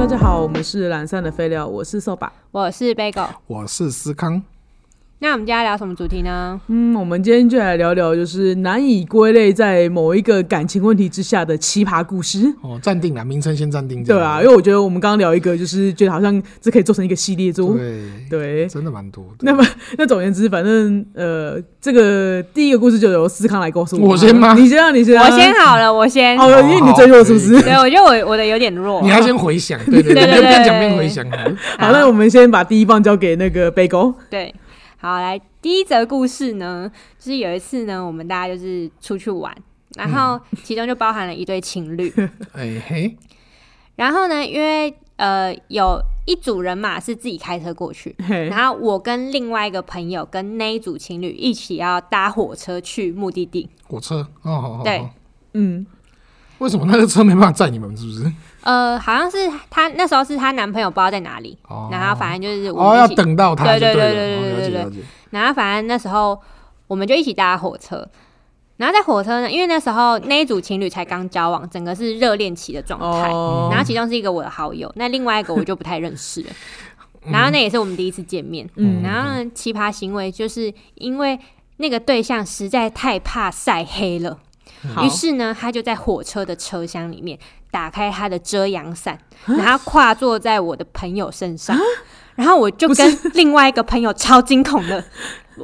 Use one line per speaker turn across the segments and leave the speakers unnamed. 大家好，我们是懒散的废料，我是瘦吧。
我是 Bagel。
我是思康，
那我们今天要聊什么主题呢？
嗯，我们今天就来聊聊，就是难以归类在某一个感情问题之下的奇葩故事。
哦，暂定啦，名称先暂定。
对啊，因，为我觉得我们刚刚聊一个，就是觉得好像这可以做成一个系列作。
对，
对，
真的蛮多
那
的。
么那总而言之，反正呃，这个第一个故事就由思康来告诉我。
我先吗
你先啊，你先、啊，
我先。好了，我先。
哦，因为你追我是不是？
对，我觉得我我的有点弱。
你要先回想，对对
对 对
对，边边讲
对
边回想好了。
好，那我们先把第一棒交给那个贝狗。
对，好，来第一则故事呢，就是有一次呢，我们大家就是出去玩，然后
嗯
其中就包含了一对情侣，
哎嘿，
然后呢，因为呃有一组人马是自己开车过去，
嘿，
然后我跟另外一个朋友跟那一组情侣一起要搭火车去目的地，
火车哦，好好好
对
嗯，
为什么那个车没办法载你们？是不是？
呃，好像是她那时候是她男朋友不知道在哪里，
哦，
然后反正就是我
哦，
们
要
一起
等到他就
对对对
了。
对
哦
对
了解
对
了解。
然后反正那时候我们就一起搭火车，然后在火车呢，因为那时候那一组情侣才刚交往，整个是热恋期的状态。
哦
然，后其中是一个我的好友，那另外一个我就不太认识了。 然后那也是我们第一次见面。
嗯
然后呢，奇葩行为就是因为那个对象实在太怕晒黑了，
好
于，是呢，他就在火车的车厢里面打开他的遮阳伞，然后跨坐在我的朋友身上，然后我就
不
跟另外一个朋友超惊恐 的，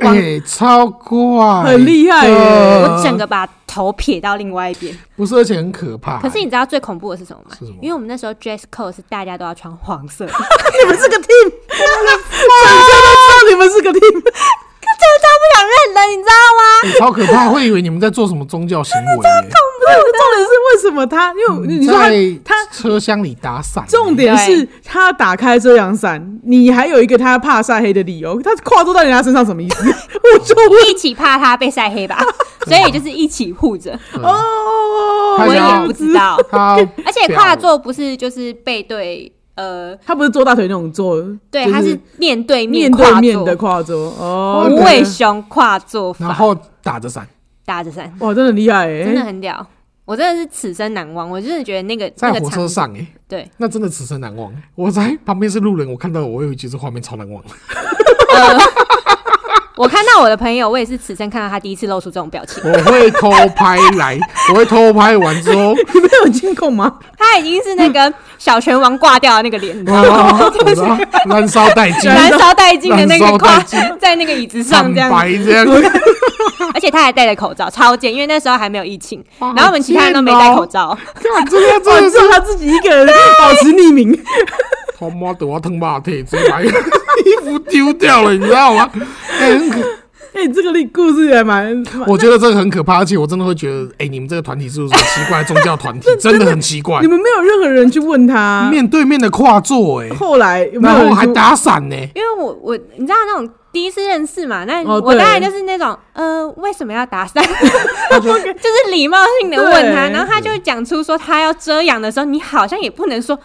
往
哎，超怪，
很厉害耶
我整个把头撇到另外一边。
不是，而且很可怕。
可是你知道最恐哎怖的是什么吗？
是什么
因为我们那时候 dress code 是大家都要穿黄 色，
你们是个 team，大家都知道你们是个 team。
真的超不想认人，你知道
哎超可怕，会以为你们在做什么宗教行为耶。
重点是为什么他？因为你说他
嗯在
他
车厢里打伞，
重点是他打开遮阳伞，你还有一个他怕晒黑的理由，他跨坐到人家身上什么意思？ 我就
吗？
问
一起怕他被晒 黑吧，所以就是一起护着。
哦，
哦，
他
我
想要
也不知 道，
他
而且跨座不是就是背对呃，
他不是坐大腿那种坐，
对，
就是
他是面对
面
跨
对
坐，
面的跨坐哦，
无
对
尾熊跨坐
然
法，
后打着伞，
搭着伞，
哇，真的很厉害哎、
真的很屌。我真的是此生难忘，我真的觉得那个
在
那个场
火车
景
上哎、
对，
那真的此生难忘。 我在旁边是路人，我看到我有一句这画面超难忘。
呃，我看到我的朋友，我也是此生看到他第一次露出这种表情。
我会偷拍来，我会偷拍完之 后，
你们有监控吗？
他已经是那个小拳王挂掉的那个脸，你知道吗？
我知道燃烧殆尽，
燃烧殆尽的那
燃
个
烧
挂
殆尽
在那个椅子上
惨
这样
白
子，
这样。
而且他还戴着口罩，超贱，因为那时候还没有疫情，
哇
然后我们其他人都没戴口
哦
罩，
看这个
哇，
真的
你知
是
道他自己一个人保持匿名，
他妈的，我要疼把腿， 直接把衣服丢掉了，你知道吗？哎很可，
哎、这个故事也蛮……蛮
我觉得这个很可怕，而且我真的会觉得，哎，你们这个团体是不是什么奇怪的宗 教团体？真的很奇怪
你，们没有任何人去问他，
面对面的跨坐，哎，
后来有没有
然
人
后还
去
打伞哎呢。
因为我我你知道那种第一次认识嘛，那
哦
我
对
当然就是那种呃为什么要打伞， 就是礼貌性的问他，
对
然后他就讲出说他要遮阳的时候，你好像也不能说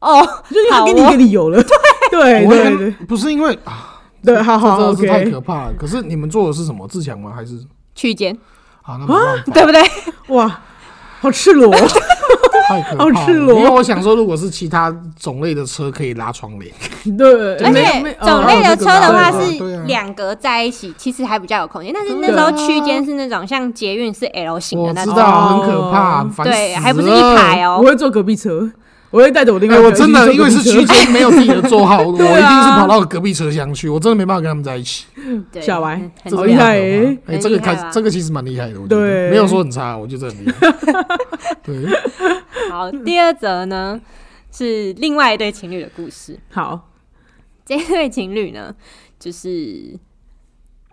哦，
就是他
好哦
给你一个理由了。对
我会
对
跟
对
不是因为啊
对，好好
这真的是
哦
太
OK，
可怕了。可是你们做的是什么？自强吗？还是
区间
哦
啊？那没办法，
对不对？
哇，好赤裸哦，
太
好
可怕了。
赤裸
因为我想说，如果是其他种类的车，可以拉窗帘。
对，
而
没没
且
哦
种类
还有
的
这
车
个
的
啦
话
对啊
是
对啊
两格在一起，其实还比较有空间。但是那
对
时
啊
候区间是那种像捷运是 L 型的
我
那
知
种，
道，很可怕
哦，
烦
对，
死
还不是一排
了。
我
哦。
会坐隔壁车，我会带着我另外
哎，
一个
我
一起坐
真
隔壁车。
的因为是区间，没有自己的座 号，我一定
啊对啊
是跑到隔壁车厢去。我真的没办法跟他们在一起，
对，
小白
嗯很
这
好
真
厉
的
害
很可怕
很
哎，这个
厉害啊
开
吧
这个其实蛮厉害的，我觉
对
得没有说很差，我觉得很厉害。对，
好。第二则呢是另外一对情侣的故事。
好，
这对情侣呢，就是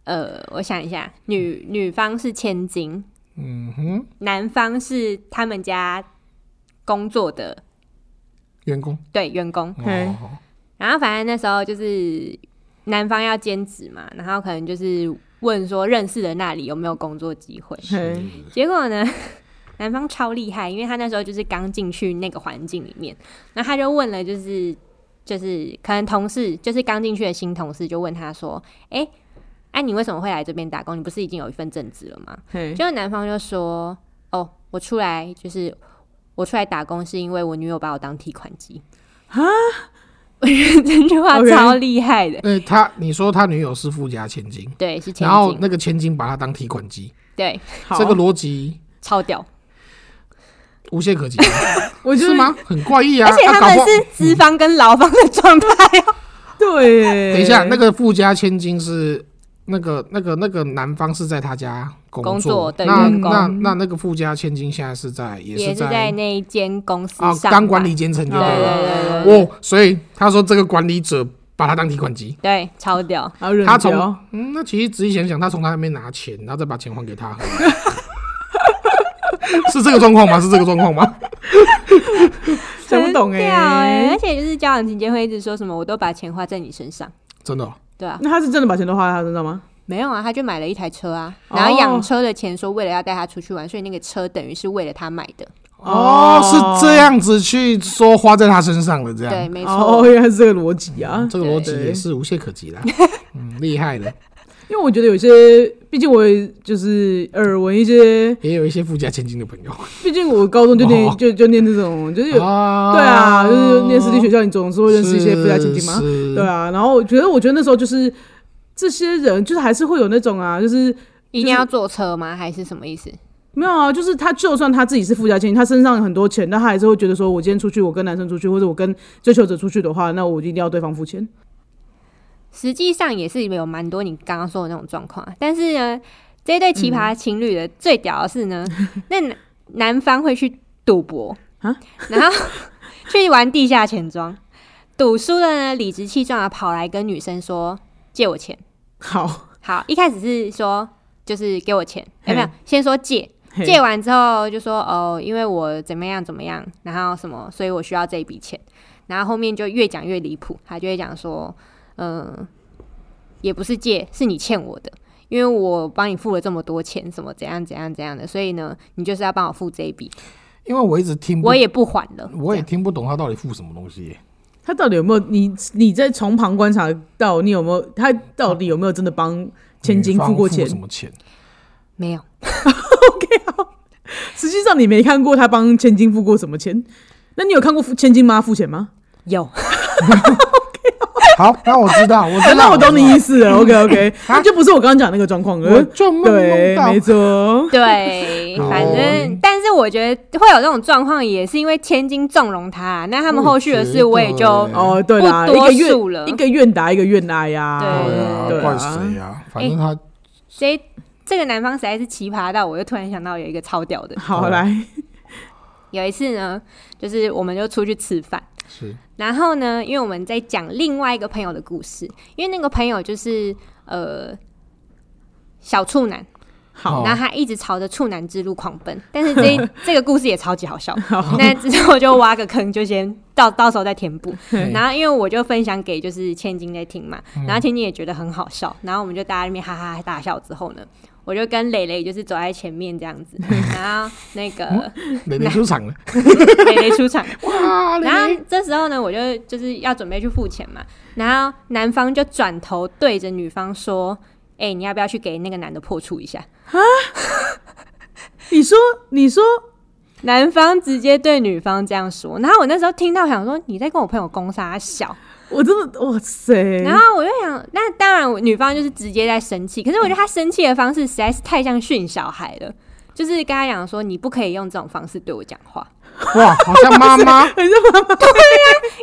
呃，我想一下，女女方是千金，
嗯哼，
男方是他们家工作的
员工，
对员工。
嘿
哦，
然后反正那时候就是男方要兼职嘛，然后可能就是问说认识的那里有没有工作机会。
嘿，
嗯
结果呢， 男方超厉害，因为他那时候就是刚进去那个环境里面，然后他就问了，就是就是可能同事，就是刚进去的新同事就问他说：“哎、哎、你为什么会来这边打工？你不是已经有一份正职了吗？”
嘿，
结果男方就说：“哦，我出来就是我出来打工是因为我女友把我当提款机。” 这句话
OK
超厉害的，
那他你说他女友是富家千金，
对，是前
然后
进，
那个千金把他当提款机，
对，
好，
这个逻辑
超屌。
无懈 可击，
我觉
是
得
吗？很怪异啊！
而且
啊
他
搞不
们
好
是资方跟劳方的状态哦，
对耶。
等一下，那个富家千金是那个那个那个男方是在他家工
工作的
那
员工
那那那个富家千金现在是在也
也
是
是在那一间公司
啊
上班
当管理，阶层就
对
对
对
了。
对对对
哦，所以他说这个管理者把他当提款机。
对，超屌，
好忍
他从
掉
嗯，那其实仔细想想，他从他那边拿钱，然后再把钱还 给他，是这个状况吗？是这个状况吗？
想不懂
很
哎、
屌哎，而且就是交往期间会一直说什么，我都把钱花在你身上，
真的哦、
对啊，
那他是真的把钱都花在他身上吗？
没有啊，他就买了一台车啊，
哦
然后养车的钱说为了要带他出去玩，所以那个车等于是为了他买的，
哦
哦，是这样子去说花在他身上的，这样
对，没
哦，
错，
原来是这个逻辑啊！
这个逻辑
对
也是无懈 可击啦。嗯，厉害的，
因为我觉得有些，毕竟我也就是耳闻一些，
也有一些富家千金的朋友
毕竟我高中就念、
哦
就就念这种，就是有、
啊
对啊，就是念私立学校，你总是会认识一些富家千金嘛。
是
对啊，然后我觉得，我觉得那时候就是这些人，就是还是会有那种啊，就是
一定要坐车吗？还是什么意思？
没有啊，就是他就算他自己是富家千金，他身上有很多钱，但他还是会觉得说，我今天出去，我跟男生出去，或者我跟追求者出去的话，那我一定要对方付钱。
实际上也是有蛮多你刚刚说的那种状况啊，但是呢，这对奇葩情侣的最屌的是 呢，那男男方会去赌博
啊，
然后去玩地下钱庄，赌输了呢，理直气壮的跑来跟女生说借我钱。
好，
好，一开始是说就是给我钱，
嘿
哎有没有？先说借，
嘿
借完之后就说哦，因为我怎么样怎么样，然后什么，所以我需要这一笔钱。然后后面就越讲越离谱，他就会讲说，嗯、也不是借，是你欠我的，因为我帮你付了这么多钱，什么怎样怎样怎样的，所以呢，你就是要帮我付这一笔，
因为我一直听不，
我也不还了。
我也
这样
听不懂他到底付什么东西耶。
他到底有没有你？你在从旁观察到，你有没有他到底有没有真的帮千金
女方
付
付
过钱？
什么钱？
没有，
实际上你没看过他帮千金付过什么钱，那你有看过付千金妈付钱吗？
有，
好，那我知 道，我知
哎那
道，
我懂你意思 了。OK OK，
啊
那就不是我刚刚讲那个状况
知道，我
了。
就梦梦
对，
到
没错。
对，
好
反正，但是我觉得会有这种状况，也是因为千金纵容他、啊那他们后续的事，我也就
我觉得
哦，对啦，
不
一
多
个
数
愿
了
一个愿打一个愿挨呀、
对
啊，
对啊哎
怪谁呀？反正他
所以这个男方实在是奇葩到，我又突然想到有一个超屌的。
好
哦
来，
有一次呢，就是我们就出去吃饭，
是
然后呢，因为我们在讲另外一个朋友的故事，因为那个朋友就是呃小处男，
好
哦
然后他一直朝着处男之路狂奔，但是这这个故事也超级好笑。那之后就挖个坑，就先到到时候再填补。
嗯
然后因为我就分享给就是千金在听嘛，然后千金也觉得很好笑，然后我们就大家在那边哈哈哈大笑之后呢，我就跟磊磊就是走在前面这样子，然后那个
磊磊出场了，
磊磊出场，
哇，磊
然
磊
后这时候呢，我就就是要准备去付钱嘛，然后男方就转头对着女方说：“哎、你要不要去给那个男的破处一下？”
你说你说
男方直接对女方这样说，然后我那时候听到想说你在跟我朋友攻杀小，
我真的哇塞，
然后我就想，那当然我女方就是直接在生气，可是我觉得她生气的方式实在是太像训小孩了，就是跟她讲说你不可以用这种方式对我讲话，
哇，好像妈妈，
很像妈妈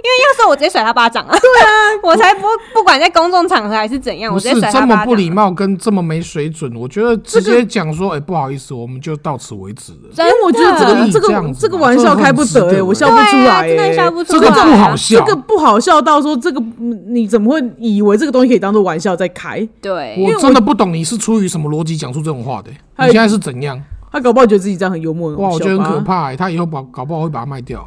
因为要是我直接甩她巴掌啊，对啊， 我才不不管在公众场合还是怎样，我
不
直
是
接甩
这
她
么
巴
不礼
掌。啊
貌跟这么没水准，我觉得直接讲说，哎，不好意思，我们就到此为止了。
真
因为我觉得这
的
个这
这样
个
子吧
这个玩笑开不得哎、
这个很值得
我笑不出
对啊
来、欸，
真的笑不出
这个
来啊
不好
这
笑，
个不好笑到说这个嗯你怎么会以为这个东西可以当做玩笑在开？
对，
我真的不懂你是出于什么逻辑讲出这种话的、
哎
你现在是怎样？
他搞不好觉得自己这样很幽默，很
哇，
好
我
笑
觉得很
吧
可，怕、欸，他以后把搞不好会把它卖掉、欸。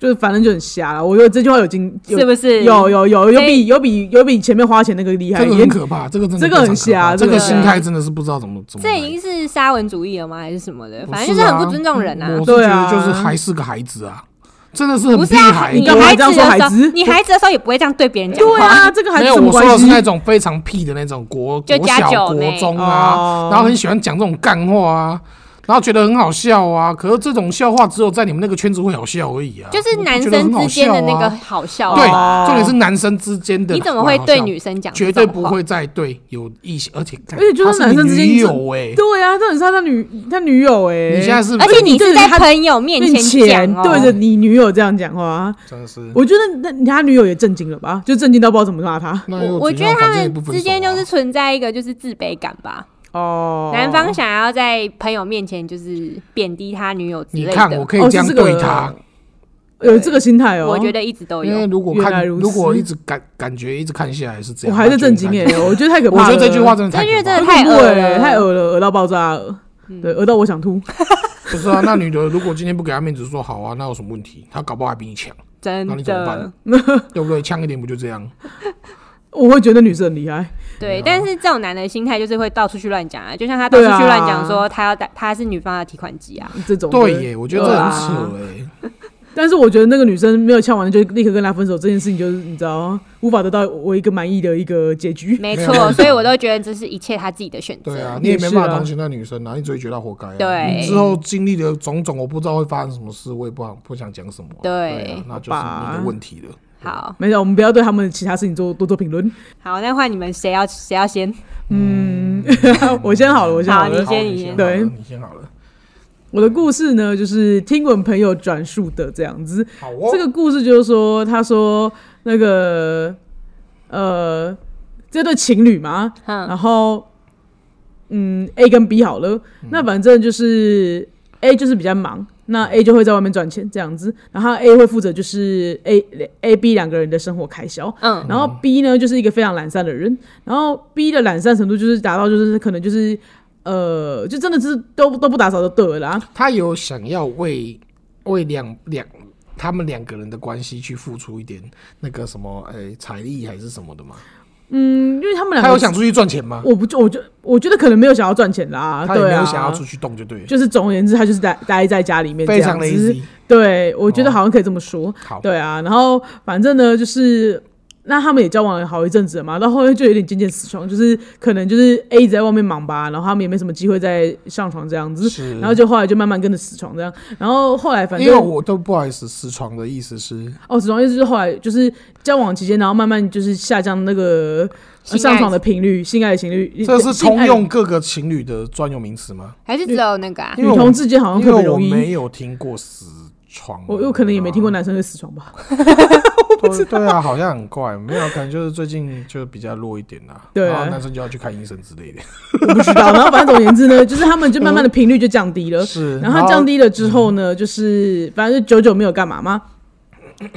就是反正就很瞎了。我觉得这句话有经有
是不是
有有有有
所以
比有比有比前面花钱那个厉害
这个
一点。
很可怕，这个真的
这个很
非常可怕
瞎这
这个
个
心态真的是不知道怎么怎么
这
来。
已经是沙文主义了吗？还是什么的？
不
反正就是
啊
很不尊重人啊。
我是
对
觉
啊
得就是还是个孩子啊，真的是
不
很
是
屁
啊，
孩。
你
干嘛
孩
这样
子
说
的
孩
时候
子，
你孩子的时候也不会这样对别人讲
对
话。
啊，这个还
没有，
什么
我说
关
的
系
是？那种非常屁的那种国
就
国
加
小、
九妹
国中
哦
啊，然后很喜欢讲这种干话啊。然后觉得很好笑啊。可是这种笑话只有在你们那个圈子会好笑而已啊，
就是
我
男
觉得
生
很好
之间的
笑
那个
啊
好笑
对
话，，
重点是男生之间的。
你怎么会对女？生讲？
绝对不。会再对有异性，而且而
而且就是男生之间
女
就
友哎，
对啊，这很是他的女他女友哎、
你现在是
而且你是在
对
朋友面
面
前
前
讲哦，
对着你女友这样讲话，
真的是，
我觉得那他女友也震惊了吧，就震惊到不知道怎么骂他
那又
我我
怎
觉得
样
他
反正也不
们
分
之间
手
就
啊
是存在一个就是自卑感吧。
哦。
男方想要在朋友面前就是贬低他女友之
你
类
看，我
的，
可以
哦
这样
是这个
对他，
有这个心态哦，
我觉得一直都
因为
有。
如果
原来
看，
如此
如果一直感感觉一直看下来是这
我
样，
还在
那就
震惊哎
应该，
我觉得太可
我
怕了，
觉得这句话 真的
这
太
句
可怕
真
了
的
太
太
恶
恶
了，
了 嗯
太恶了，恶到爆炸了，对，恶到我想吐。
不是啊，那女的如果今天不给他面子，说好啊， 那有什么问题？她搞不好还比你强，
真
那你怎么
的
办，对不对？呛一点不就这样？
我会觉得女生很厉害，
啊
对，但是这种男的心态就是会到处去乱讲啊，就像他到处
对啊
去乱讲说他要打他是女方的提款机啊，
这种
嗯对耶，我觉得这
对
很
啊
扯哎。
但是我觉得那个女生没有呛完就立刻跟他分手这件事情，就是你知道无法得到我一个满意的一个结局。
没
没
错，
有
所以我都觉得这是一切他自己的选择。
对啊，
也
你也没办法
是啊
同情那女生啊，你只会觉得她活该啊。
对
你之后经历的种种，我不知道会发生什么事，我也不想不想讲什么啊。
对
啊那就是
吧
你的问题了。
好
没事，我们不要对他们其他事情做多做评论。
好，那换你们谁要谁要先？
嗯
我先好了，我先
好
好了
你。先
好
你
先
先
好了
对
你先好了。
我的故事呢，就是听闻朋友转述的这样子。
好哦，
这个故事就是说，他说那个呃，这对情侣嘛，
嗯
然后嗯，A 跟 B 好了，
嗯
那反正就是 A 就是比较忙，那
嗯
A 就会在外面赚钱这样子，然后 A 会负责就是 A A B 两个人的生活开销，
嗯，
然后 B 呢就是一个非常懒散的人，然后 B 的懒散程度就是达到就是可能就是呃，就真的是都都不打扫就对了啊啦，
他有想要为为两两他们两个人的关系去付出一点那个什么，哎、财力还是什么的吗？
嗯，因为他们两
他
个
有想出去赚钱吗？
我不就我就我觉得可能没有想要赚钱啦，
他也没
对啊
有想要出去动，就对了，
就是总而言之，他就是待待在家里面这
非常
样
哦的
子。
easy。
对，我觉得好像可以这么说。
好，
对啊，然后反正呢，就是那他们也交往了好一阵子了嘛，到后面就有点渐渐死床，就是可能就是 A 一直在外面忙吧，然后他们也没什么机会再上床这样子，
是，
然后就后来就慢慢跟着死床这样，然后后来反
因为
正
我都不好意思，私床的意思是，
哦，死床意思就是后来就是交往期间，然后慢慢就是下降那个呃
性爱
上床的频率，性爱的频率，
这是
性爱的
通用各个情侣的专有名词吗？
还是只有那个啊？
因为
女
我
同志间好像
因
特别
为我
容易。
没有听过私床，
我有可能也没听过男生会死床 吧？
不知对啊，好像很怪，没有，可能就是最近就比较弱一点啦。
对啊
然后男生就要去看医生之类的。
我不知道。然后反正总而言之呢，就是他们就慢慢的频率就降低了。
嗯是，
呃然后它降低了之后呢，就是反正就久久没有干嘛嘛，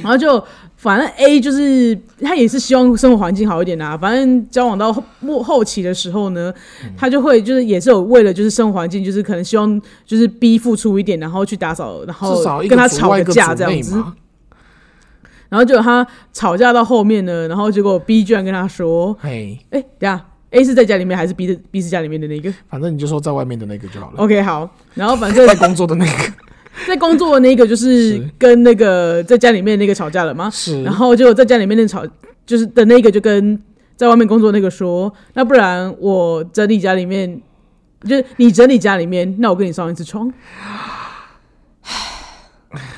然后就反正 A 就是他也是希望生活环境好一点啊。反正交往到后末后期的时候呢，
嗯
他就会就是也是有为了就是生活环境，就是可能希望就是 B 付出一点，然后去打扫，然后
至少一
跟
个
他
主
吵
外
个
一个
架
主
这样
内
子。
嘛
然后就他吵架到后面呢，然后结果 B 居然跟他说
嘿，：“
哎、等一下 A 是在家里面还是 B 的 B 是家里面的那个
反正你就说在外面的那个就好了，
？”OK，好。然后 反正
在工作的 那个
在工作的那个就是
是
跟那个在家里面那个吵架了吗？
是
然后就在家里面那吵，就是的那个就跟在外面工作那个说，那不然我整理家里面，就是你整理家里面，那我跟你上一次床。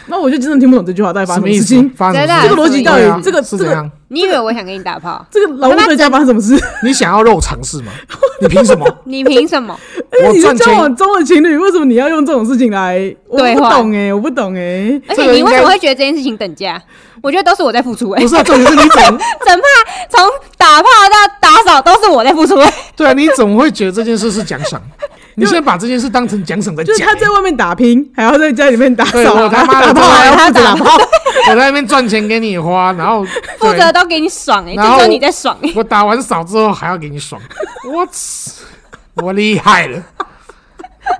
那我就真的听不懂这句话到底发生什
什么
么
意
事
思
情？，
发生什么
这
事
个逻辑到底
对啊
这个
是
这
怎
个
样？
你以为我想跟你打 炮？
这个老吴在家发生什么事？
你想要肉 偿是吗？你凭什么？
你凭什么？
我
哎你是
赚
交
钱，
往中的情侣，为什么你要用这种事情来？我
对
不
话
懂哎、我不懂哎、
而
这
且
个
你为什
应
么
该
会觉得这件事情等价？我觉得都是我在付出哎、
不 是啊？重点是你怎么
整怕从打炮到打扫都是我在付出哎、
对啊？你怎么会觉得这件事是奖赏？你现在把这件事当成奖赏在
就是
讲
他。在外面打拼，还要在家里面打
对
扫，啊
我他妈
打
的
炮还要
他
负责
打
打炮。
我在那边赚钱给你花，然后
负
对
责都给你爽哎、
然后
就只有你在爽哎、
我打完扫之后还要给你爽，我操，我厉害了，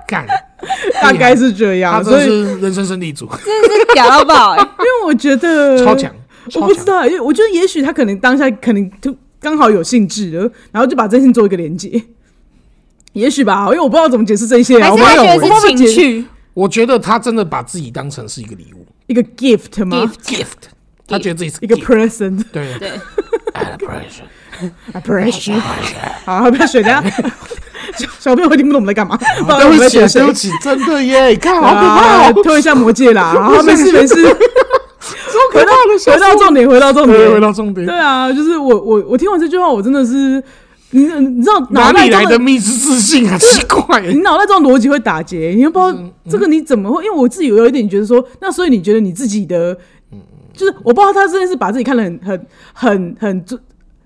干，
大概是这
他
样，
真的
所以因
是人生胜利组，
真的是屌到爆哎、
为我觉得
超强，
我
超
不知
强。
道，因为我觉得也许他可能当下可能就刚好有兴致了，然后就把这件事情做一个连接，也许吧，因为我不知道怎么解释这些啊，
还
我不知道我
是他觉
不知道
得是情
怎么解
趣
我觉得他真的把自己当成是一个礼物
一个 gift 吗？
gift？gift
他觉得自己是
一个
gift，
present，a
对
对，
，and a present
present，好，不要水，等一下 小朋友会听不懂我们在干嘛。不然
对
我们
不
在
起，
学谁
对不起，真的耶！ 你看，好可怕
啊，
哦，
推一下魔戒 啦，好，没事没事，
超可怕的。
回到重点，回到重
对，回
点。
到重点
对，啊，就是我我我听完这句话，我真的是，你你知道
哪
袋
里来
中
的密室自信啊？奇怪，
你脑袋中的逻辑会打结，你又不知
嗯
道这个你怎么会？因为我自己有一点觉得说，那所以你觉得你自己的，
嗯
就是我不知道他真的是把自己看得很很很很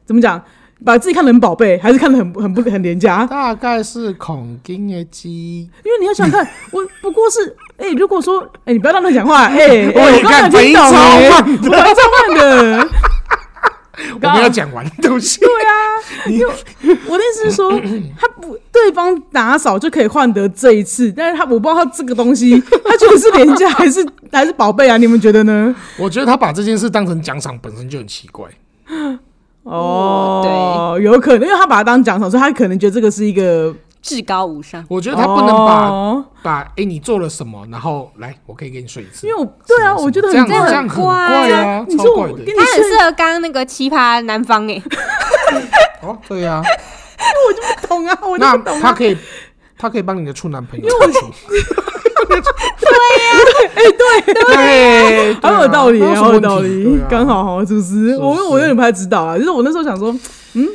怎么讲，把自己看得很宝贝，还是看得很很不很廉价？
大概是恐惊的鸡。
因为你要想 看，我不过是哎、如果说哎、你不要让他讲话，哎、哎
我也
我刚才
哦看反
听
应
懂
超
哎、欸，
慢
我还超慢的。
我们要讲完东西，
对啊，因为我的意思是 说，他不对方打扫就可以换得这一次，但是他我不知道他这个东 西，他觉得是廉价还是还是宝贝啊？你们觉得呢？
我觉得他把这件事当成奖赏本身就很奇怪。
哦，有可能，因为他把它当奖赏，所以他可能觉得这个是一个，
至高无上。
我觉得他不能把、
哦
把哎、你做了什么，然后来我可以给你睡一次，
因为我对啊，
什么
我觉得
这样
很
这
怪
样很怪啊，
你
超
说我
怪
跟
的
你
他很
睡
适合刚刚那个奇葩男方哎、
哦，对啊，
不懂啊，我就
那
不懂
他
啊。
可以他可以帮你的处男朋友付出，
哎，对，
对，啊
好有道理，好有道理，刚
好
好好，是不是？
是
我我有点不太知道啊，就是我那时候想说，嗯，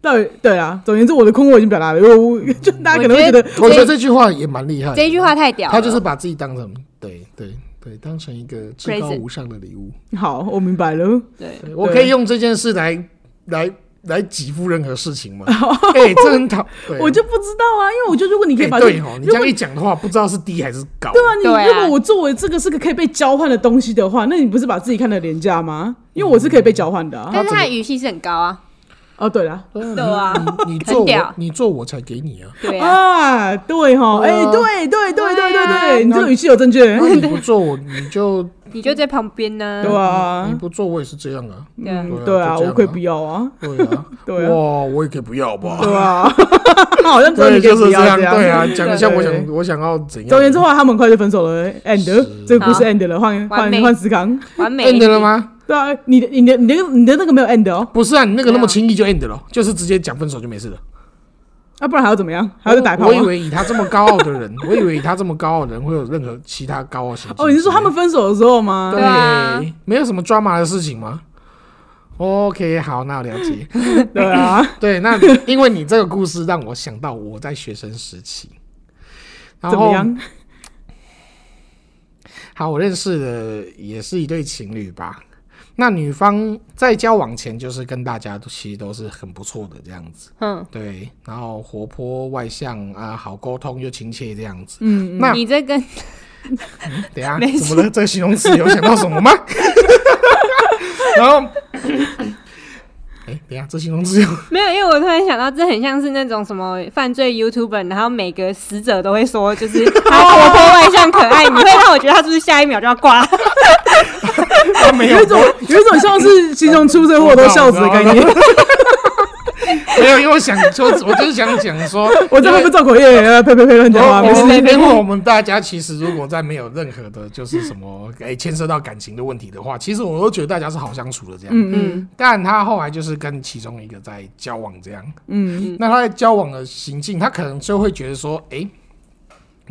到底对啊，总而言之，我的空我已经表达了，因为我 就大家可能会觉得
我觉得这句话也蛮厉害的，
这一句话太屌了，
他就是把自己当成对对对，当成一个至高
Present
无上的礼物。
好，我明白了。
对，
对我可以用这件事来来来给付任何事情 吗？哎，这很讨，对
我就不知道啊，因为我觉得如果你可以
哎
把、
对哦，
如
你这
果
样一讲的话，不知道是低还是高。
对啊，你
对啊
如果我作为这个是个可以被交换的东西的话，那你不是把自己看得廉价吗？因为我是可以被交换的啊。
但是他的语气是很高啊，
哦，对了。
对
对啊
你你做
很屌
我，你做我才给 你啊！
对啊，
啊，对哈，
对
哎、
啊
对对对对对
对啊
对，你这个语气有正确，
那啊你不做我，你就
你就在旁边呢，
对
你
啊，
不做我也是这样啊。
对啊，
嗯，对
对啊
啊，
就这样啊
我可以不要啊，
对啊，
对啊
哇，我也可以不要
对
吧？
啊， 好 像只有你
对，
可以
就
不
是
要
样，
这
对啊，讲的像我
对
想我想要怎样？
总而言之，后来他们很快就分手了，end 这个故事
好
end 了，换
完
换
美
换思康，
完美
end 了？吗？
对啊，你的你的你的你的那个没有 end 哦，
不是啊，你那个
对啊
那么轻易就 end 了，就是直接讲分手就没事了。
啊，不然还要怎么样？还要再打炮
哦我
吗
以？为以他这么高傲的人， 我以为以他这么高傲的人会有任何其他高傲行径之类的。
哦，你是说他们分手的时候吗？
对
对啊
没有什么 drama 的事情吗？OK，好，那我了解。
对啊，
对，那因为你这个故事让我想到我在学生时期，然
怎么
后
样？
好，我认识的也是一对情侣吧。那女方在交往前就是跟大家都其实都是很不错的这样子，
嗯，
对，然后活泼外向啊，好沟通又亲切这样子。
嗯，
那
你这跟
等一下，
没事
怎么了？这个形容词有想到什么吗？ 然后，哎、等一下，这形容词有
没有，因为我突然想到，这很像是那种什么犯罪 YouTuber，然后每个死者都会说，就是他活泼外向、可爱，你会让我觉得他是不是下一秒就要挂？
它啊没 有
有一种有一种像是形容出车祸都笑 死的概念。
没有，因为我想说，我就是想讲说，
我在外面造口业，呃呸呸呸乱
因为
讲话，没
我
事。
们因为我们大家其实如果在没有任何的，就是什么哎牵涉到感情的问题的话，其实我都觉得大家是好相处的这样。
嗯
但他后来就是跟其中一个在交往这样，
嗯
那他在交往的行径，他可能就会觉得说，诶，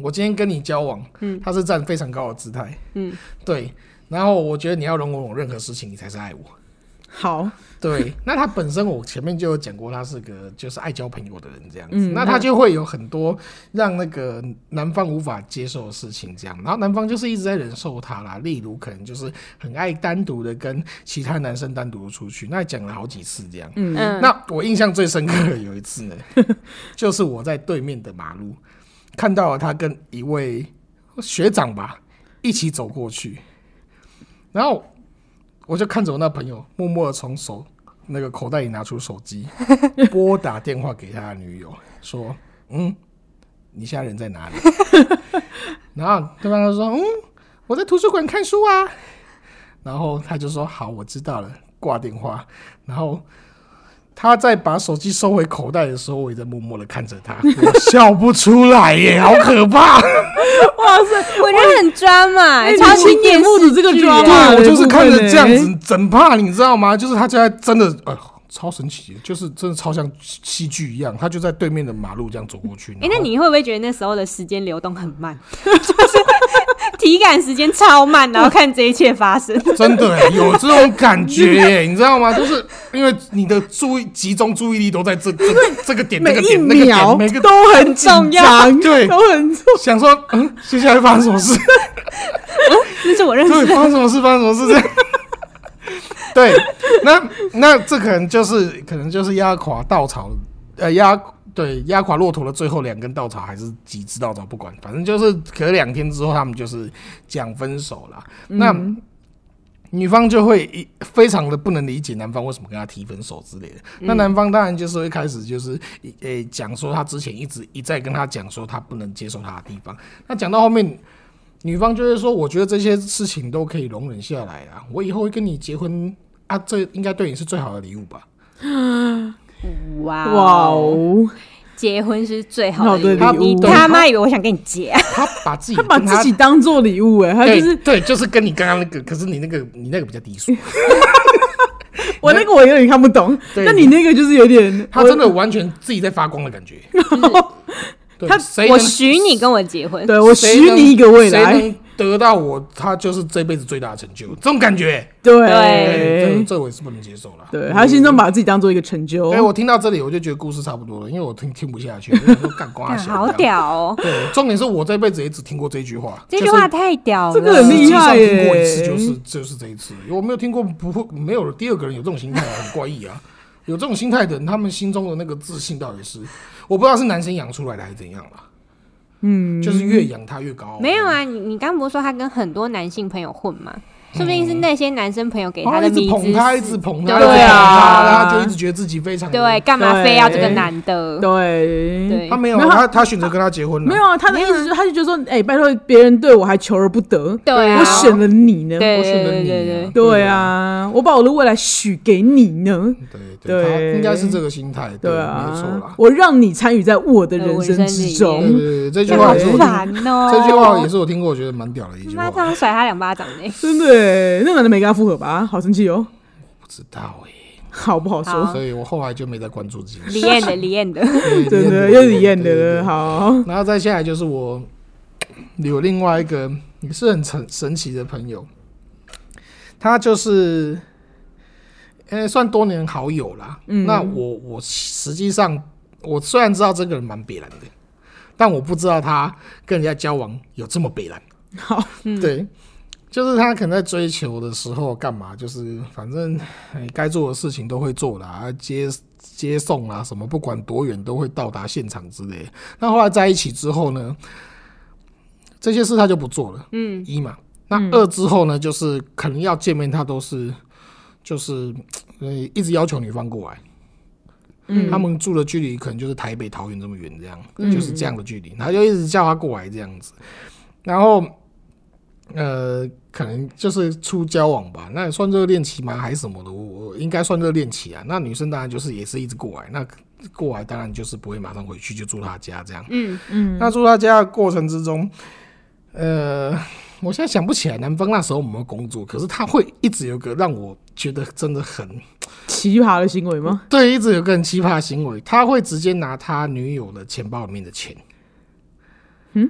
我今天跟你交往，嗯，他是占非常高的姿态，
嗯，
对。然后我觉得你要容我任何事情，你才是爱我。
嗯，好，
对， 那他本身我前面就有讲过，他是个就是爱交朋友的人这样子，
嗯
那他就会有很多让那个男方无法接受的事情这样，然后男方就是一直在忍受他啦，例如可能就是很爱单独的跟其他男生单独地出去，那讲了好几次这样。
嗯
嗯，
那我印象最深刻的有一次呢，就是我在对面的马路看到了他跟一位学长吧一起走过去，然后我就看着我那朋友默默的从手那个口袋里拿出手机，拨打电话给他的女友说：“嗯，你现在人在哪里？”然后对方就说：“嗯，我在图书馆看书啊。”然后他就说：“好，我知道了。”挂电话，然后他在把手机收回口袋的时候，我也在默默的看着他，我笑不出来耶，好可怕！
哇塞，
我觉得很抓嘛，
哎
超
你
级
你
电
目睹
视
这个
啊
剧
抓
欸
嘛
对我就是看着这样
哎
子整怕，你知道吗？就是他现在真的，哎呦，超神奇的，就是真的超像戏剧一样，他就在对面的马路这样走过去。
哎、那
然后
你会不会觉得那时候的时间流动很慢， 就是体感时间超慢，然后看这一切发生？
真的、 欸、有这种感觉、耶，你知道吗？就是因为你的注意集中注意力都在这这这个点、那
每
个
一
点、那个
秒
点、每个
都很紧
重要
张，
对
都很重
想说，嗯，接下来发生什么事？
那是我认识
对，发生什么事？发生什么事？这 样对，那那这可能就是可能就是压垮稻草，呃，压对压垮骆驼的最后两根稻草，还是几只稻草不管，反正就是隔两天之后，他们就是讲分手了。
嗯
那女方就会一非常的不能理解男方为什么跟她提分手之类的。
嗯
那男方当然就是会开始就是一诶讲、说他之前一直一再跟她讲说他不能接受她的地方。那讲到后面，女方就会说：“我觉得这些事情都可以容忍下来啦，我以后会跟你结婚啊，这应该对你是最好的礼物吧。
哇
哇哦！
结婚是最好的
好的
礼
礼
物，
物
你他妈以为我想跟你结、啊？”
他把自己
他把
跟他
自己当做礼物哎、他
对
就是
对，就是跟你刚刚那个，可是你那个你那个比较 低俗，
我那个我有点看不懂，
对
那你那个就是有点
他真的完全自己在发光的感觉。对
他
谁
我
能
许你跟我结 婚，
对我
谁
许
能
你一个未
谁
来，
能得到我，他就是这辈子最大的成就，这种感觉，对，这
对
这我也是不能接受了。
对，他心中把自己当做一个成就
对，我听到这里，我就觉得故事差不多了，因为我听听不下去，我就想说干 瓜
干
小
好。
这样
屌哦！
对，重点是我这辈子也只听过这句话，
这
就
句
是
话太屌了，
这个很厉
实际上
害
听过一次
耶
就是就是这一次，我没有听过不会没有第二个人有这种心态、啊，很怪异啊。有这种心态的人，他们心中的那个自信到底是我不知道是男生养出来的还是怎样啦。嗯，就是越养他越高。
没有啊，你你刚不是说他跟很多男性朋友混吗？说不定是那些男生朋友给
然后
的
哦一直
迷之
捧他，一
是
直捧他，
啊对啊
一直捧他，然后他就一直觉得自己非常
对，，干嘛
对
非要这个男的？
对
对，
他没有，
没有
他他选择跟他结婚了，
没有，啊，他的意思就是，他就觉得说，哎、拜托，别人对我还求而不得，
对啊
我选了你呢，
对
我选择
对
你
对
啊
对，
对，啊，我把我的未来许给你呢，
对对，他
对
应该是这个心态，
对
没有错
啊
啦，。
我让你参与在我的人生之
我
对
中，
对对，这句
这
话
好
也是我听，
烦哦！
这句话也是我听过，我觉得蛮屌的一句
妈
话。
这样甩他两巴掌呢。
真的欸，那个男的没跟他复合吧？好生气哦，
不知道哎，
好不好说？
好
所以我后来就没再关注 这件事。
李艳的，李 艳的，
对
真的又是一样的，。好
对对对对对然后再下来就是我有另外一个也是很神神奇的朋友，他就是，呃、算多年好友啦。嗯，那我我实际上我虽然知道这个人蛮北蓝的，但我不知道他跟人家交往有这么北蓝。
好，
对，就是他可能在追求的时候干嘛，就是反正哎该做的事情都会做啦，接接送啦，什么不管多远都会到达现场之类的。那后来在一起之后呢，这些事他就不做了，
嗯，
一嘛。那二之后呢，就是可能要见面，他都是就是呃一直要求女方过来。
嗯
他们住的距离可能就是台北、桃园这么远，这样、
嗯
就是这样的距离，他就一直叫他过来这样子，然后呃，可能就是初交往吧，那也算热恋期吗？还是什么的？我我应该算热恋期啊。那女生当然就是也是一直过来，那过来当然就是不会马上回去，就住他家这样。
嗯，
那住他家的过程之中，呃，我现在想不起来南方那时候有没有工作，可是他会一直有个让我觉得真的很
奇葩的行为吗？
对，一直有个很奇葩的行为，他会直接拿他女友的钱包里面的钱。嗯，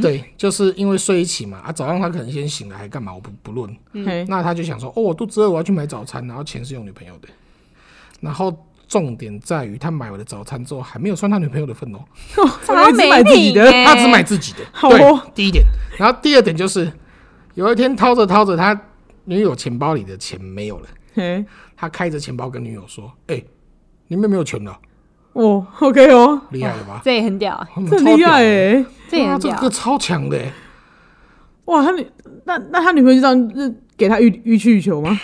对，就是因为睡一起嘛，啊，早上他可能先醒来还干嘛，我不不论，
嘿，
那他就想说，哦，我肚子饿，我要去买早餐，然后钱是用女朋友的，然后重点在于他买我的早餐之后还没有算他女朋友的份哦，
超
只
没
买自己
品
的，
耶
他只买自己的，
好
对
哦，
第一点，然后第二点就是有一天掏着掏着，他女友钱包里的钱没有了，
嘿，
他开着钱包跟女友说，哎、里面没有钱了，
哦，OK 哦，
厉害了吧？
这也很屌啊，
他们
这很
嗯超
厉
屌
害
的
哎，
这也
哇
很
这
屌
个。超强的欸，
哇，他女那那他女朋友就这样就是给他欲欲去欲求 吗？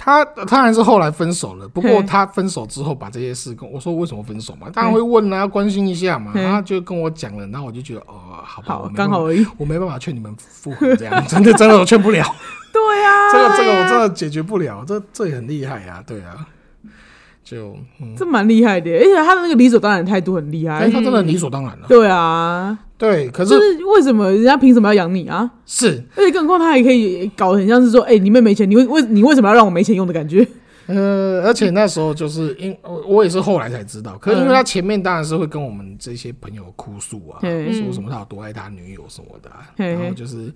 他当然是后来分手了，不过
嘿
他分手之后把这些事跟我说为什么分手
嗯
嘛，当然会问啊，关心一下嘛，
嘿
他就跟我讲了，然后我就觉得哦，好吧，
嗯
我
好，
没
刚好
办法
而已。
我没办法劝你们复合，这样 真的真的我劝不了，
对啊呀，
这个这个我真的解决不了，这这也很厉害啊，对啊，就嗯，
这蛮厉害的，欸而且他的那个理所当然的态度很厉
哎，
害。
他真的理所当然 了，
对啊，
对，可
就是是为什么人家凭什么要养你啊？
是
而且更何况他还可以搞得很像是说，哎、你妹没钱，你为为你为什么要让我没钱用的感觉？
呃，而且那时候就是因我我也是后来才知道，可是因为他前面当然是会跟我们这些朋友哭诉啊，
嗯
说什么他有多爱他女友什么的、啊，
嗯
然后就是。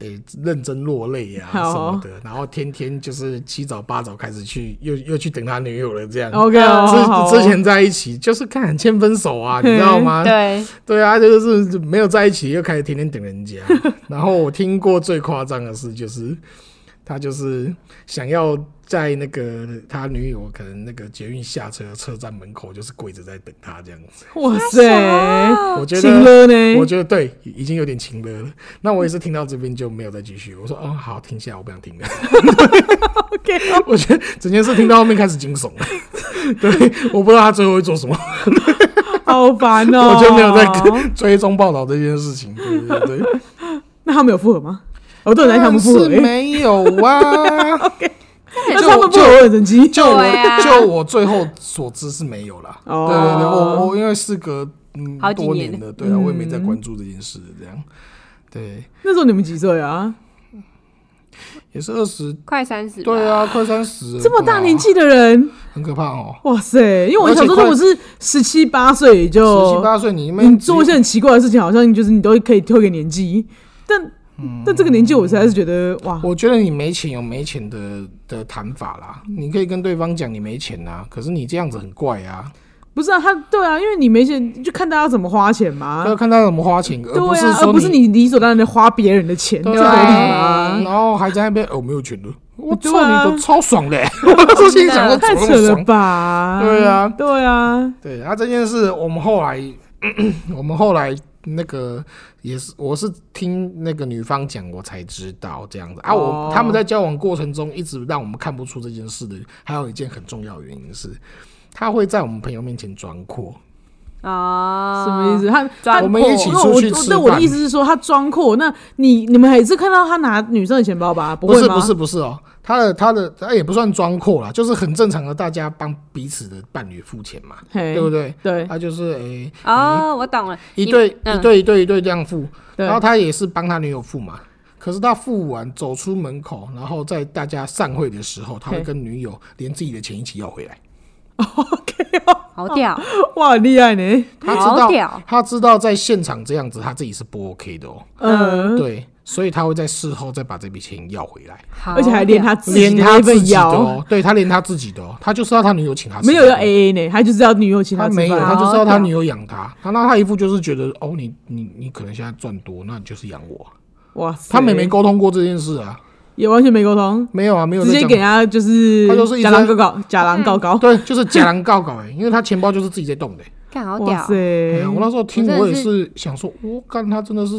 诶、认真落泪啊
好
什么的，然后天天就是七早八早开始去，又又去等他女友了，这样。
OK，哦好哦
之之前在一起就是看很欠分手啊，你知道吗？
对，
对啊，就是没有在一起，又开始天天 等人家。然后我听过最夸张的事就是，他就是想要在那个他女友可能那个捷运下车的车站门口，就是跪着在等他这样子。
哇塞，
我觉
亲
得，
哦了呢，
我觉得对，已经有点情了了。那我也是听到这边就没有再继续。我说，哦，好，停下，我不想听了。
OK，
我觉得整件事听到后面开始惊悚了。 对，我不知道他最后会做什么。
好烦哦、
我就没有在跟追踪报道这件事情。对对对对。
那他们有复合吗？我都很担心他们复合、
是
欸，
没有 啊，
但
就是
他们复合我很生气。
就我
对啊
就我最后所知是没有啦。
哦
对对对，我我因为事隔嗯
好几
多
年
年了，对啊，
嗯
我也没在关注这件事，这样对，
那时候你们几岁啊？
也是二十，
快三十，
对，啊，快三十，
这么
对啊
大年，纪的人，
很可怕哦。
哇塞！因为我
而且
想说，
快
如果是十七八岁，也
十七
就
八岁，你们
你做一些很奇怪的事情，好像就是你都可以推给年纪，但、但这个年纪，我实在是觉得哇，
我觉得你没钱有没钱的的谈法啦，你可以跟对方讲你没钱啊，可是你这样子很怪啊，
不是啊，他对啊，因为你没钱，就看大家怎么花钱嘛。
要看他怎么花钱，而
对
不
啊，
说
而不是你理所当然的花别人的钱，
对
这合理
啊，
吗？
然后还在那边哦，没有钱了，我操
对啊
你都超爽的欸，我就心里想说
太
怎么
扯
那么
了
爽？
吧？
对啊
对啊，
对，然后这件事我们后来， 我们后来那个也是，我是听那个女方讲我才知道这样子啊。
哦
我他们在交往过程中一直让我们看不出这件事的，还有一件很重要的原因是，他会在我们朋友面前装阔。
哦，
什么意？思？他他
装
啊我们一起
因为
出
我
去
我
吃
对我的
饭
意思是说，他装阔，那你你们还是看到他拿女生的钱包吧？
不
会
是
吗？
不是不是哦，他的他的他也不算装阔啦，就是很正常的，大家帮彼此的伴侣付钱嘛，
嘿，
对不对？
对
他就是诶、
哦，我懂了，
一
你
对、
嗯
一对一对一对这样付，
对
然后他也是帮他女友付嘛。可是他付完走出门口，然后在大家散会的时候，他会
嘿
跟女友连自己的钱一起要回来。
？OK 哦，
好屌，
哇，很厉害呢。
他
好
知道
屌
他知道在现场这样子他自己是不 OK 的哦，
嗯，
对，所以他会在事后再把这笔钱要回来，
好
而且还连
屌
他自己
连
的
他
那
自
份
己的
腰，
哦，对他连他自己的哦，他就知道他女友请他吃
没有要
饭
AA 呢，他就知道女友请
他
吃
没有，
饭。
他就知道
好
他
屌
女友养他，他那他一副就是觉得哦，你你你可能现在赚多，那你就是养我。
哇塞，
他们也没沟通过这件事啊，
也完全没沟通，
没有啊，没有
直
在
接
讲
给人家就是
他就是一直
假
嗯
狼搞搞，假狼搞
嗯
搞。
对，就是假狼告告哎、因为他钱包就是自己在动的、欸。
干好
哇
屌，
哎
塞
呀，我那时候听
我真的
我也
是
是想说，我干他真的是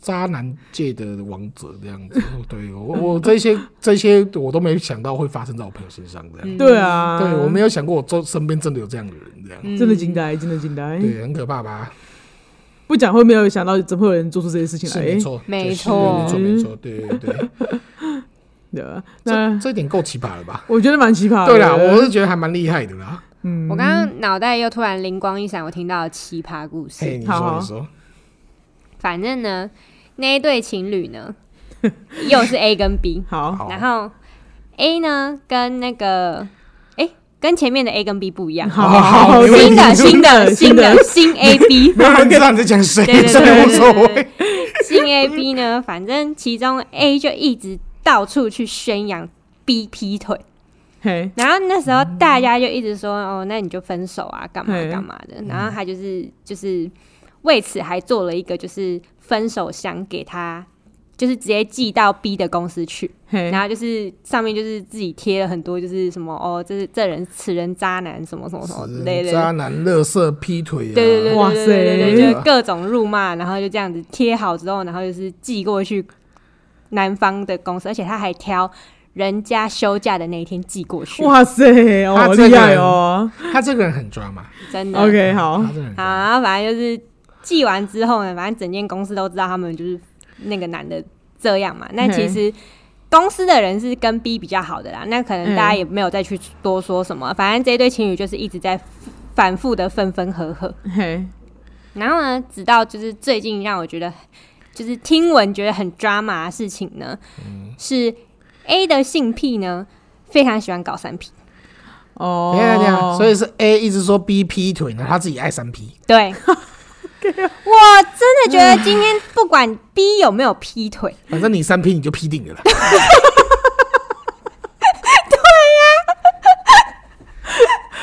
渣男界的王者这样子。对我我这些这些我都没想到会发生在我朋友身上这样。
嗯
对，啊，
对我没有想过我周身边真的有这样的人这样。
嗯
真的惊呆，真的惊呆。
对，很可怕吧？
不讲会没有想到，怎么会有人做出这些事情
是没
来？
错，
没
对是
错
没错，没错，对对对，
对吧？
这
那
这一点够奇葩了吧？
我觉得蛮奇葩的。
对啦，我是觉得还蛮厉害的啦。
嗯
我刚刚脑袋又突然灵光一闪，我听到了奇葩故
嘿，
事。
你
好
说
好
你说，
反正呢，那一对情侣呢， 又是 A 跟 B，
好，
好
然后 A 呢跟那个哎、跟前面的 A 跟 B 不一样，
好
好好没问 题
新的新的
新
新
的
的新 A B，
没有人知道你在讲谁，
对对
所以
对
无所
对
谓
对。对，新 A B 呢，反正其中 A 就一直到处去宣扬 B 劈腿，
嘿，
然后那时候大家就一直说哦，那你就分手啊，干嘛
嘿
干嘛的，然后他就是就是为此还做了一个就是分手箱给他，就是直接寄到 B 的公司去。
嘿，
然后就是上面就是自己贴了很多，就是什么哦，这是这人此人渣男什么什么什么之类的，
渣男、乐色、劈腿、啊，
对对对
哇
对对对对
塞
对，就是各种辱骂，然后就这样子贴好之后，然后就是寄过去男方的公司，而且他还挑人家休假的那一天寄过去，
哇塞，哦，
他
好
这个
厉害哦。
他这个人很抓嘛。
真的。
OK，好
他，这个人
好，
很抓
然后反正就是寄完之后呢，反正整间公司都知道他们就是那个男的这样嘛。
嗯
那其实公司的人是跟 B 比较好的啦，那可能
嗯
大家也没有再去多说什么。反正这一对情侣就是一直在反复的分分合合，
嘿，
然后呢，直到就是最近让我觉得就是听闻觉得很抓马的事情呢，是 A 的性癖呢非常喜欢搞三 P。
哦，
等一下等一下，啊所以是 A 一直说 B 劈腿呢，他自己爱三 P，
对，我真的觉得今天不管 B 有没有劈腿，
反正你三 P 你就 劈定了啦。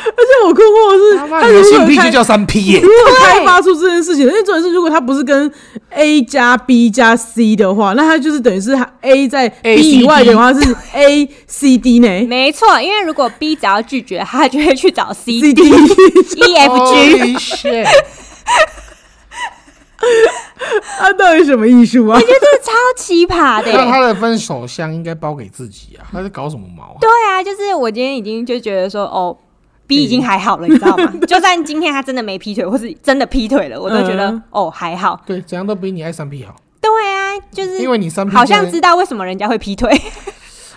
而且我困惑的
他
是，
妈
他
你的
如
性
果
癖就
开
叫三 P 耶
如，果开发出这件事情，因为重点是，如果他不是跟 A 加 B 加 C 的话，那他就是等于是 A 在
A
B 以外
C D
的话是 A C D 呢
没错，因为如果 B 只要拒绝，他就会去找 C、
？C 哦
D、
D
E、F、G。
Holy shit
他到底什么艺
哎
术啊？
我觉得这超奇葩的
那
耶。
他的分手箱应该包给自己啊，他在搞什么毛啊？
对啊，就是我今天已经就觉得说，哦，B 已经
嗯
还好了，你知道吗？就算今天他真的没劈腿，或是真的劈腿了，我都觉得、
嗯
哦还好。
对，怎样都比你爱三 P 好，
对啊，就是
因为你三 P
好像知道为什么人家会劈腿。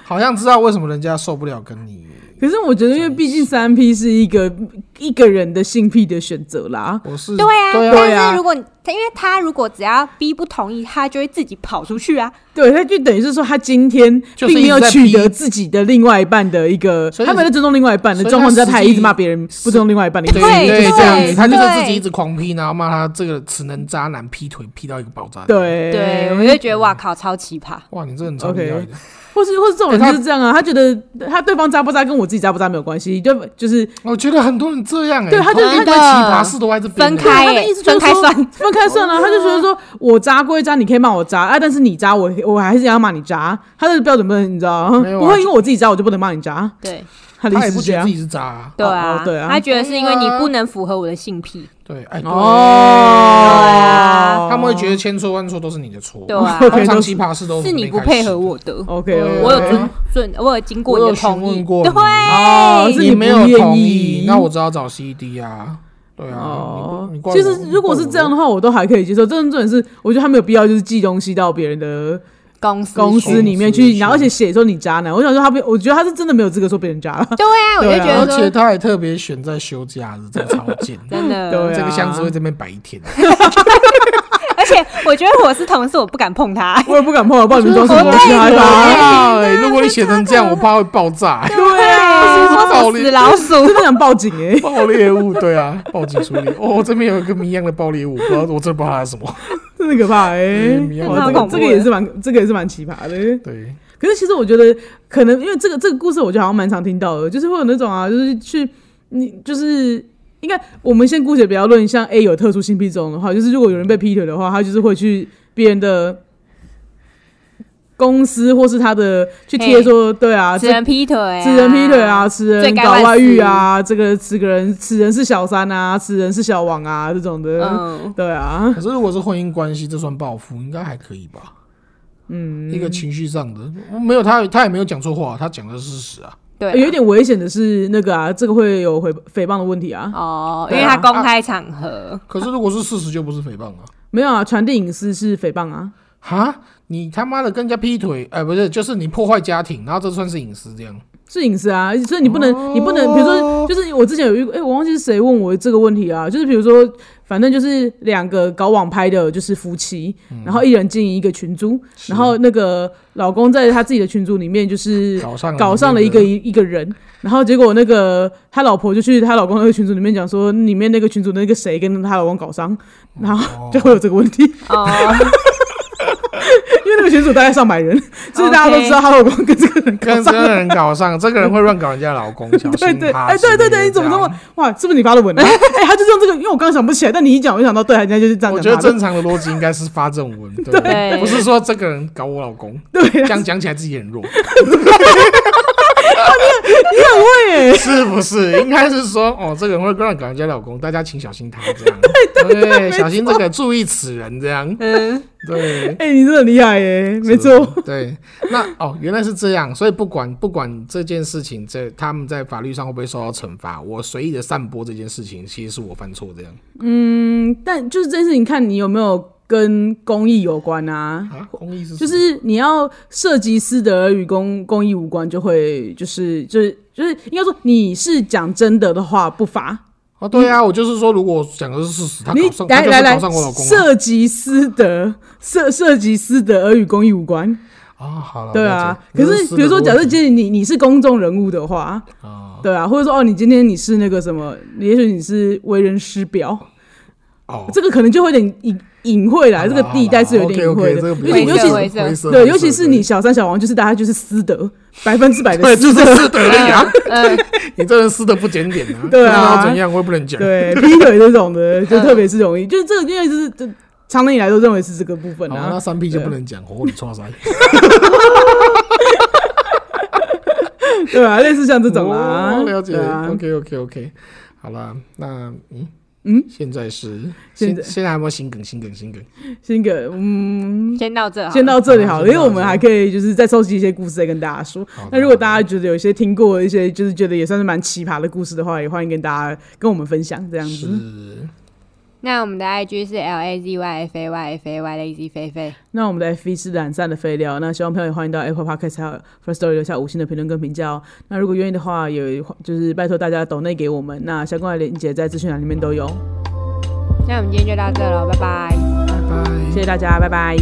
好像知道为什么人家受不了跟你。
可是我觉得，因为毕竟三 P 是一个一个人的性癖的选择啦。
我是
对啊，
对
对啊
但是如果你他，因为他如果只要 B 不同意，他就会自己跑出去啊。
对，他就等于是说，他今天
就是
并没有
一直在
取得
P
自己的另外一半的一个，
所以
他没有在尊重另外一半的
所以
状况之下，
他实
他还一直
际
骂别人不尊重另外一半的意思。
对
对
对，
对
这样子，他就是
对
自己一直狂劈，然后骂他这个词能渣男劈腿劈到一个爆炸。，
对
对，我就觉得哇靠，超奇葩。
哇，你这人超厉害的。
或是或是这种
欸
人
他
就是这样啊，他觉得他对方渣不渣跟我自己渣不渣没有关系，就就是
我觉得很多人这样哎，
对他就
一
是
堆奇葩事都在这边
分
欸
开
他的
欸
意思就是
分开
说
算
分开算啊 了，他就觉得说我渣归渣，你可以骂我渣啊，但是你渣我我还是要骂你渣，他的标准不能你知道吗
没有啊
不会因为我自己渣我就不能骂你渣，
对
他的
欸他
意
也
思
不
是这
觉得
样
自。己是渣啊。
对
哦
啊，
对啊
他觉得是因为你不能符合我的性癖。
对，哎，对
哦，
他们会觉得千错万错都是你的错。
对啊
OK，
通常
都是
奇葩事都
是
从
你
那
不
开
配
始
合我的，
OK，
对
我有尊尊，我有经过
我
你
有
的同
询
意
问，过
对
你，
哦是
你没有
不愿
同
意
意，那我只好找 CD 啊。对啊，
哦
你不，
其实如果是这样的，话，我都还可以接受。这种重点是，我觉得他没有必要就是寄东西到别人的
公司
公
去
司里面
是
去，
是
然后而且写说你渣男，我想说他不，我觉得他是真的没有资格说别人渣了。
对啊，我就
对啊
觉
你怪我而
得
且
说
他还特别选在休假日，这个超贱。
真的，
对啊。
这个箱子会这边摆一天，
而且我觉得我是同事，我不敢碰他
我也不敢碰， 我不知道你们装什么东西害怕。
哇哎如果你写成这样，我怕会爆炸，
对 啊，
我
暴
走
力
死老鼠
真，的想报警哎、
爆裂物。对啊，报警处理。哦，这边有一个谜样的爆裂物，不知道我真的不知道它是什么。
真的可怕哎、
嗯
哇
蛮
这个
恐怖
这
的
个也是蛮这个也是蛮奇葩的。
对，
可是其实我觉得，可能因为这个这个故事，我觉得好像蛮常听到的，就是会有那种啊，就是去你就是应该我们先姑且不要论像 A 有特殊性癖这种的话，就是如果有人被劈腿的话，他就是会去别人的。公司或是他的去贴
嘿
说，对啊，
只
这
能劈腿啊，
此人劈腿啊，此
罪
人
该
搞
万
外
死
遇啊，这个此个人，此人是小三啊，此人是小王啊，这种的，
嗯，
对啊，
可是如果是婚姻关系，这算报复，应该还可以吧？嗯，一个情绪上的，没有他，他也没有讲错话，他讲的是事实啊。
对啊，
有一点危险的是那个啊，这个会有诽诽谤的问题啊，
哦，因
对啊
为他公开场合，
可是如果是事实，就不是诽谤啊！
没有啊，传递隐私是诽谤啊，
哈，你他妈的跟人家劈腿，哎、不是，就是你破坏家庭，然后这算是隐私这样。
是隐私啊，所以你不能，
哦
你不能，比如说，就是我之前有遇，哎、我忘记是谁问我这个问题啊，就是比如说，反正就是两个搞网拍的，就是夫妻，
嗯
然后一人经营一个群组，然后那个老公在他自己的群组里面就是
搞上了
搞上了一个一一个人，然后结果那个他老婆就去他老公那个群组里面讲说，里面那个群组那个谁跟她老公搞
哦
上，然后就会有这个问题，
哦，
因为那个群组大概上百人，所以大家都知道她老公跟这个人搞
跟
上
这
了。
个人搞上，这个人会乱搞人家老公，小
对
心
对，
他。
哎，对对对，你怎么那么哇？是不是你发的 文啊？哎，他就用这个，因为我刚刚想不起来，但你一讲，我就想到，对，人家就是这样
我觉
讲他
得
的。
正常的逻辑应该是发这种 文，对不对？
对
不是说这个人搞我老公，
对
这
啊，
样讲起来自己很弱，
你很会耶，
是不是？应该是说，哦，这个人会乱搞人家老公，大家请小心他这样。对对
没错
小心这个，注意此人这样。
嗯，
对，
哎，你真的很厉害耶，没错，
是，对。那哦，原来是这样，所以不管不管这件事情在他们在法律上会不会受到惩罚，我随意的散播这件事情，其实是我犯错这样。
嗯，但就是这件事情，看你有没有跟公益有关啊？
啊，公益是
就是你要涉及私德而与公公益无关，就会就是就是就是应该说你是讲真的的话不罚，
哦，对啊，我就是说，如果我讲的是事实，他
你
搞上，他
来
就
来
是搞
来
上我老，公、啊。
涉及私德，涉涉及私德而与公益无关。
啊，好了，
对啊，可是比如说，假设今天你你是公众人物的话，
啊，
对啊，或者说哦，你今天你是那个什么，也许你是为人师表，
哦，
这个可能就会有点隐隐晦啦，
好啦
这个地带是有点隐晦
OK，OK，这
的，
个不
尤其尤
要
其
灰色
灰色
对，
灰色
尤其是你小三小王，就是大家就是私德，百分之百的
对，
私
就是
德，
私德而已啊，
呃
嗯，
你这人私德不检点 啊，
对啊
那要怎样我也不能讲，
对啊劈腿这种 的，就特别是容易，就是这个因为是就长年以来都认为是这个部分
好，那
啊，
三 P 就不能讲，火你错 塞，
对啊，类似像这种啊
哦，了解
对啊，
，OK OK OK，好了，那嗯
嗯，
现在是
现
现
在
现在还有没有新梗？新梗新梗，
先给嗯。
先到这好了，
先到这里好
好
了，因为
先到
我们
这
还可以就是再收集一些故事再跟大家说
好的。
那如果大家觉得有一些听过一些就是觉得也算是蛮奇葩的故事的话，也欢迎跟大家跟我们分享这样
是
子。
那我们的 IG 是 L A Z Y F A Y F A Y Lazy 菲菲，
那我们的 F E 1是懒散的废料，那希望朋友也欢迎到 Apple Podcast 还有 First Story 留下五星的评论跟评价哦。那如果愿意的话，也就是拜托大家抖内给我们，那相关的链接在资讯栏里面都有。
那我们今天就到这了，拜拜。
拜拜
谢。谢大家，拜拜。